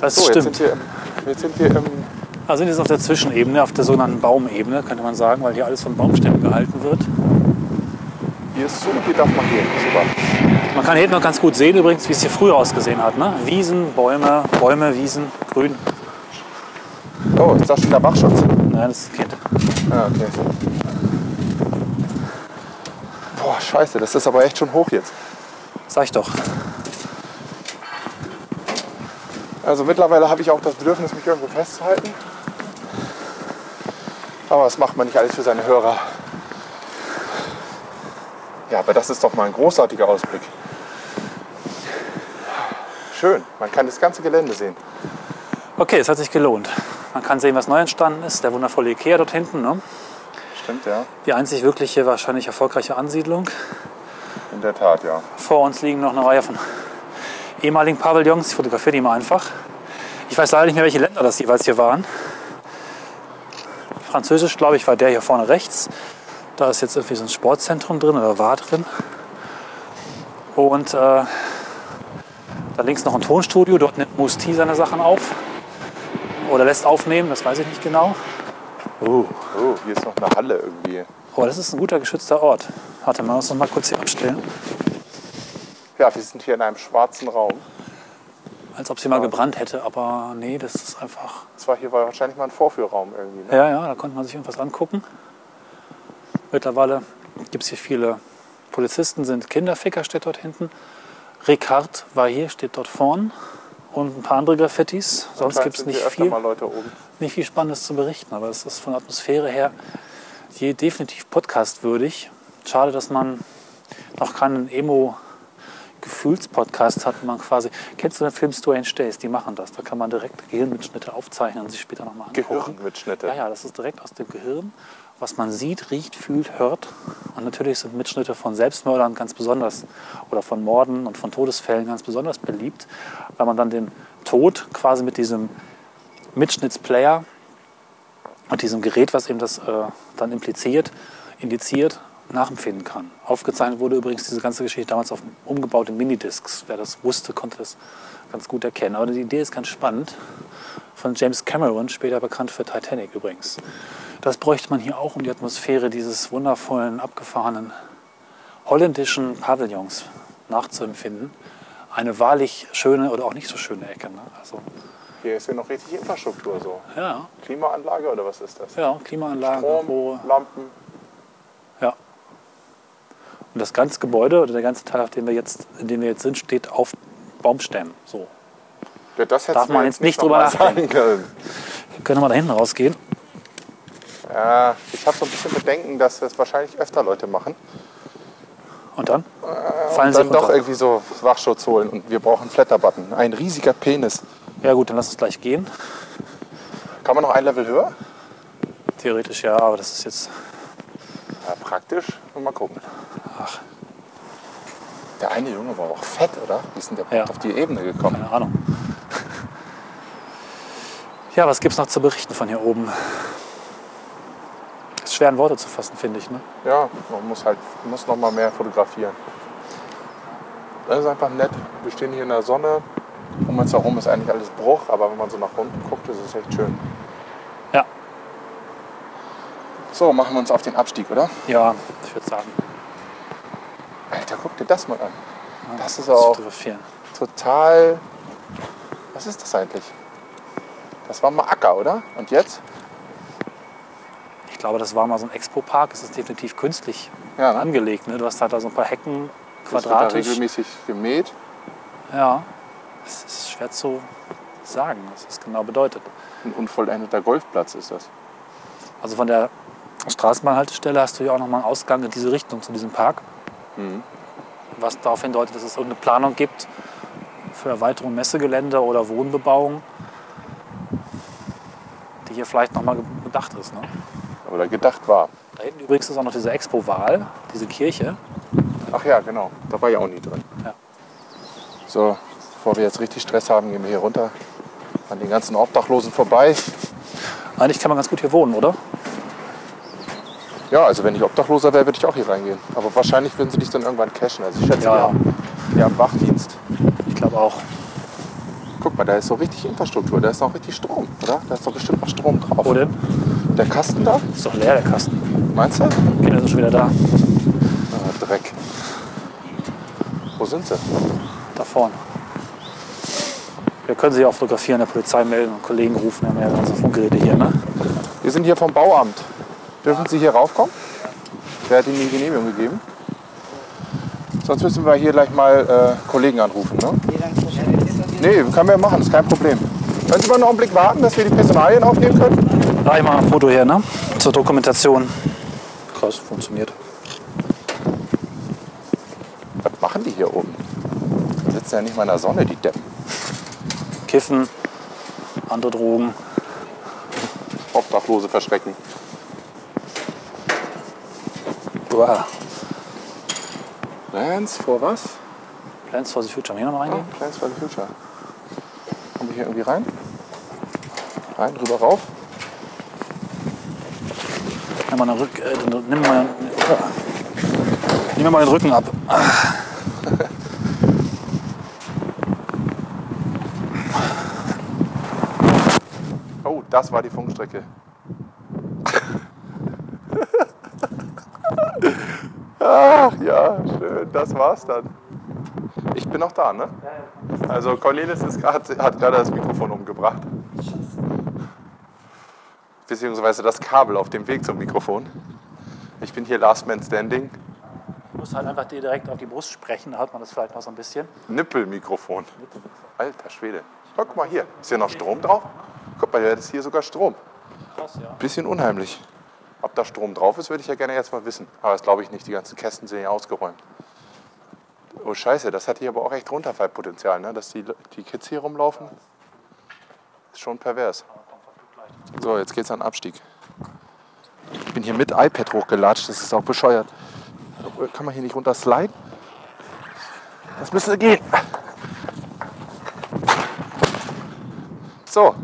C: Das
B: So, jetzt
C: stimmt.
B: sind, wir im, jetzt sind wir im...
C: Also sind jetzt auf der Zwischenebene, auf der sogenannten Baumebene, könnte man sagen, weil hier alles von Baumstämmen gehalten wird.
B: Hier ist zu, hier darf man gehen. Super.
C: Man kann hinten noch ganz gut sehen übrigens, wie es hier früher ausgesehen hat. Ne? Wiesen, Bäume, Bäume, Wiesen, Grün.
B: Oh, ist das schon der Wachschutz?
C: Nein, das ist ein Kind.
B: Ah, okay. Boah, scheiße, das ist aber echt schon hoch jetzt.
C: Sag ich doch.
B: Also mittlerweile habe ich auch das Bedürfnis, mich irgendwo festzuhalten. Aber das macht man nicht alles für seine Hörer. Ja, aber das ist doch mal ein großartiger Ausblick. Schön, man kann das ganze Gelände sehen.
C: Okay, es hat sich gelohnt. Man kann sehen, was neu entstanden ist. Der wundervolle Ikea dort hinten. Ne?
B: Stimmt, ja.
C: Die einzig wirkliche, wahrscheinlich erfolgreiche Ansiedlung.
B: In der Tat, ja.
C: Vor uns liegen noch eine Reihe von ehemaligen Pavillons. Ich fotografiere die mal einfach. Ich weiß leider nicht mehr, welche Länder das jeweils hier waren. Französisch, glaube ich, war der hier vorne rechts. Da ist jetzt irgendwie so ein Sportzentrum drin oder war drin. Und äh, da links noch ein Tonstudio. Dort nimmt Musti seine Sachen auf. Oder lässt aufnehmen, das weiß ich nicht genau.
B: Oh, hier ist noch eine Halle irgendwie.
C: Aber das ist ein guter geschützter Ort. Warte mal, lass uns mal kurz hier abstellen.
B: Ja, wir sind hier in einem schwarzen Raum.
C: Als ob sie mal gebrannt hätte, aber nee, das ist einfach.
B: Das war hier war wahrscheinlich mal ein Vorführraum irgendwie. Ne?
C: Ja, ja, da konnte man sich irgendwas angucken. Mittlerweile gibt es hier viele Polizisten, sind Kinderficker, steht dort hinten. Ricard war hier, steht dort vorn. Und ein paar andere Graffitis. Sonst
B: Anscheinend
C: gibt es
B: sind
C: nicht
B: hier öfter
C: viel,
B: mal Leute oben.
C: nicht viel Spannendes zu berichten, aber es ist von der Atmosphäre her hier definitiv podcastwürdig. Schade, dass man noch keinen Emo Gefühlspodcast hat, wo man quasi. Kennst du den Film Strange Days? Die machen das. Da kann man direkt Gehirnmitschnitte aufzeichnen und sich später nochmal angucken.
B: Gehirnmitschnitte.
C: Ja, ja, das ist direkt aus dem Gehirn, was man sieht, riecht, fühlt, hört. Und natürlich sind Mitschnitte von Selbstmördern ganz besonders oder von Morden und von Todesfällen ganz besonders beliebt, weil man dann den Tod quasi mit diesem Mitschnittsplayer und diesem Gerät, was eben das äh, dann impliziert, indiziert, nachempfinden kann. Aufgezeichnet wurde übrigens diese ganze Geschichte damals auf umgebauten Minidiscs. Wer das wusste, konnte das ganz gut erkennen. Aber die Idee ist ganz spannend. Von James Cameron, später bekannt für Titanic übrigens. Das bräuchte man hier auch, um die Atmosphäre dieses wundervollen, abgefahrenen holländischen Pavillons nachzuempfinden. Eine wahrlich schöne oder auch nicht so schöne Ecke. Ne? Also,
B: Hier ist ja noch richtig Infrastruktur so.
C: ja,
B: Klimaanlage oder was ist das?
C: ja, Klimaanlagen, Rohre.
B: Strom, Lampen.
C: Ja. Und das ganze Gebäude oder der ganze Teil, auf dem wir jetzt, in dem wir jetzt sind, steht auf Baumstämmen. So.
B: Ja, das hättest
C: Darf
B: du
C: man
B: mir
C: jetzt nicht drüber
B: noch mal sagen können.
C: Wir können mal da hinten rausgehen.
B: Ja, ich habe so ein bisschen Bedenken, dass das wahrscheinlich öfter Leute machen.
C: Und dann fallen
B: Äh, Dann
C: sie
B: doch
C: runter.
B: irgendwie so Wachschutz holen und wir brauchen einen Flatterbutton. Ein riesiger Penis.
C: Ja gut, dann lass uns gleich gehen.
B: Kann man noch ein Level höher?
C: Theoretisch ja, aber das ist jetzt.
B: Ja, praktisch. Und mal gucken. Ach. Der eine Junge war auch fett, oder? Wie ist denn der
C: Ja.
B: auf die Ebene gekommen?
C: Keine Ahnung. Ja, was gibt's noch zu berichten von hier oben? Ist schwer in Worte zu fassen, finde ich. Ne?
B: Ja, man muss halt muss noch mal mehr fotografieren. Das ist einfach nett. Wir stehen hier in der Sonne. Um uns herum ist eigentlich alles Bruch, aber wenn man so nach unten guckt, ist es echt schön.
C: Ja,
B: So, machen wir uns auf den Abstieg, oder?
C: ja, ich würde sagen. ne?
B: Alter, guck dir das mal an. Das ist
C: zu
B: auch
C: fotografieren.
B: total. Was ist das eigentlich? Das war mal Acker, oder? Und jetzt?
C: Ich glaube, das war mal so ein Expo-Park. Es ist definitiv künstlich
B: Ja, ne?
C: angelegt. Ne? Du hast halt da so ein paar Hecken
B: Das wird da
C: quadratisch.
B: regelmäßig gemäht.
C: Ja, es ist schwer zu sagen, was das genau bedeutet.
B: Ein unvollendeter Golfplatz ist das.
C: Also von der Straßenbahnhaltestelle hast du ja auch nochmal einen Ausgang in diese Richtung zu diesem Park. Was darauf hindeutet, dass es irgendeine Planung gibt für Erweiterung Messegelände oder Wohnbebauung, die hier vielleicht nochmal bedacht ist. Ne?
B: Oder gedacht war.
C: Da hinten übrigens ist auch noch diese Expo-Wahl, diese Kirche.
B: Ach ja, genau. Da war ja auch nie drin.
C: Ja.
B: So, bevor wir jetzt richtig Stress haben, gehen wir hier runter an den ganzen Obdachlosen vorbei.
C: Eigentlich kann man ganz gut hier wohnen, oder?
B: Ja, also wenn ich Obdachloser wäre, würde ich auch hier reingehen. Aber wahrscheinlich würden sie dich dann irgendwann cashen. Also ich schätze,
C: Ja.
B: wir, haben, wir haben Wachdienst.
C: Ich glaube auch.
B: Guck mal, da ist so richtig Infrastruktur, da ist noch richtig Strom, oder? Da ist doch bestimmt noch Strom drauf.
C: Wo denn?
B: Der Kasten da?
C: Oh, Ist doch leer, der Kasten.
B: Meinst du?
C: Die Kinder sind schon wieder da.
B: Ah, Dreck. Wo sind sie?
C: Da vorne. Wir können sie ja auch fotografieren, der Polizei melden und Kollegen rufen. Wir haben ja ganze Funkgeräte hier. Ne?
B: Wir sind hier vom Bauamt. Dürfen Sie hier raufkommen? Wer hat Ihnen die Genehmigung gegeben? Sonst müssen wir hier gleich mal äh, Kollegen anrufen. Ne? Nee, können wir machen, ist kein Problem. Können Sie mal noch einen Blick warten, dass wir die Personalien aufnehmen können?
C: Da ich mal ein Foto her, ne? Zur Dokumentation. Krass, funktioniert.
B: sitzen ja nicht mal in der Sonne, die Deppen.
C: Kiffen, andere Drogen.
B: Obdachlose verschrecken.
C: Boah.
B: Plans for was?
C: Plans for the Future. Haben wir hier nochmal
B: Ah,
C: reingehen?
B: Plans for the Future. Komme ich hier irgendwie rein? Rein, rüber, rauf.
C: Nimm mal den, Rück, äh, den, nimm mal, nimm mir mal den Rücken ab.
B: Oh, das war die Funkstrecke. Ach ja, schön, das war's dann. Ich bin noch da, ne? Also Cornelis ist grad, hat gerade das Mikrofon umgebracht. Beziehungsweise das Kabel auf dem Weg zum Mikrofon. Ich bin hier Last Man Standing.
C: Du musst halt einfach dir direkt auf die Brust sprechen, da hat man das vielleicht noch so ein bisschen.
B: Nippelmikrofon. Alter Schwede. Oh, guck mal hier. Ist hier noch Strom drauf? Guck mal, jetzt ist hier sogar Strom.
C: Krass, ja.
B: Bisschen unheimlich. Ob da Strom drauf ist, würde ich ja gerne jetzt mal wissen. Aber das glaube ich nicht. Die ganzen Kästen sind ja ausgeräumt. Oh Scheiße, das hat hier aber auch echt Runterfallpotenzial, ne? dass die, die Kids hier rumlaufen. Ist schon pervers. So, jetzt geht's an den Abstieg. Ich bin hier mit iPad hochgelatscht, das ist auch bescheuert. Kann man hier nicht runter sliden? Das müsste gehen. So,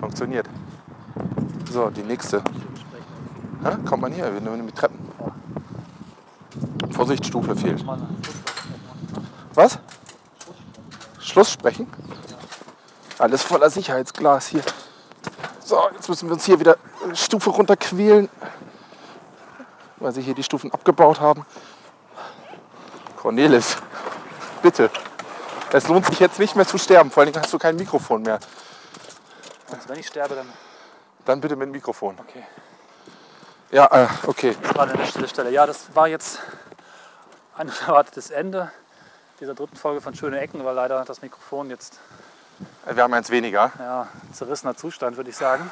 B: funktioniert. So, die nächste. Hä? Kommt man hier? Wir nehmen mit Treppen. Vorsicht, Stufe fehlt. Was? Schluss sprechen? Alles voller Sicherheitsglas hier. So, jetzt müssen wir uns hier wieder eine Stufe runter quälen, weil sie hier die Stufen abgebaut haben. Cornelis, bitte. Es lohnt sich jetzt nicht mehr zu sterben, vor allen Dingen hast du kein Mikrofon mehr.
C: Und Also wenn ich sterbe, dann
B: Dann bitte mit Mikrofon.
C: Okay.
B: Ja, äh, okay.
C: gerade an der Stelle. Ja, das war jetzt ein unerwartetes Ende dieser dritten Folge von Schöne Ecken, weil leider das Mikrofon jetzt
B: Wir haben eins weniger.
C: ja, zerrissener Zustand, würde ich sagen.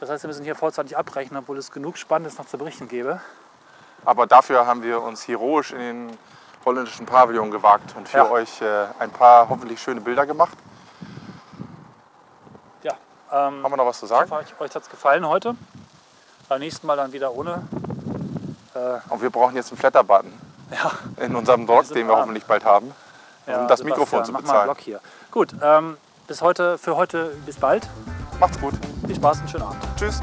C: Das heißt, wir müssen hier vorzeitig abbrechen, obwohl es genug Spannendes noch zu berichten gäbe.
B: Aber dafür haben wir uns heroisch in den holländischen Pavillon gewagt und für
C: Ja.
B: euch äh, ein paar hoffentlich schöne Bilder gemacht.
C: Ja,
B: Haben
C: ähm,
B: wir noch was zu
C: Ich
B: sagen?
C: hoffe, euch hat es gefallen heute. Beim nächsten Mal dann wieder ohne. Äh,
B: Und wir brauchen jetzt einen Flatter-Button
C: ja,
B: in unserem Blog,
C: sind
B: den wir
C: arm.
B: hoffentlich bald haben, um
C: ja,
B: das
C: Sebastian,
B: Mikrofon zu
C: mach mal einen
B: bezahlen.
C: Block hier. Gut, ähm, bis heute, für heute, bis bald.
B: Macht's gut.
C: Viel Spaß und schönen Abend.
B: Tschüss.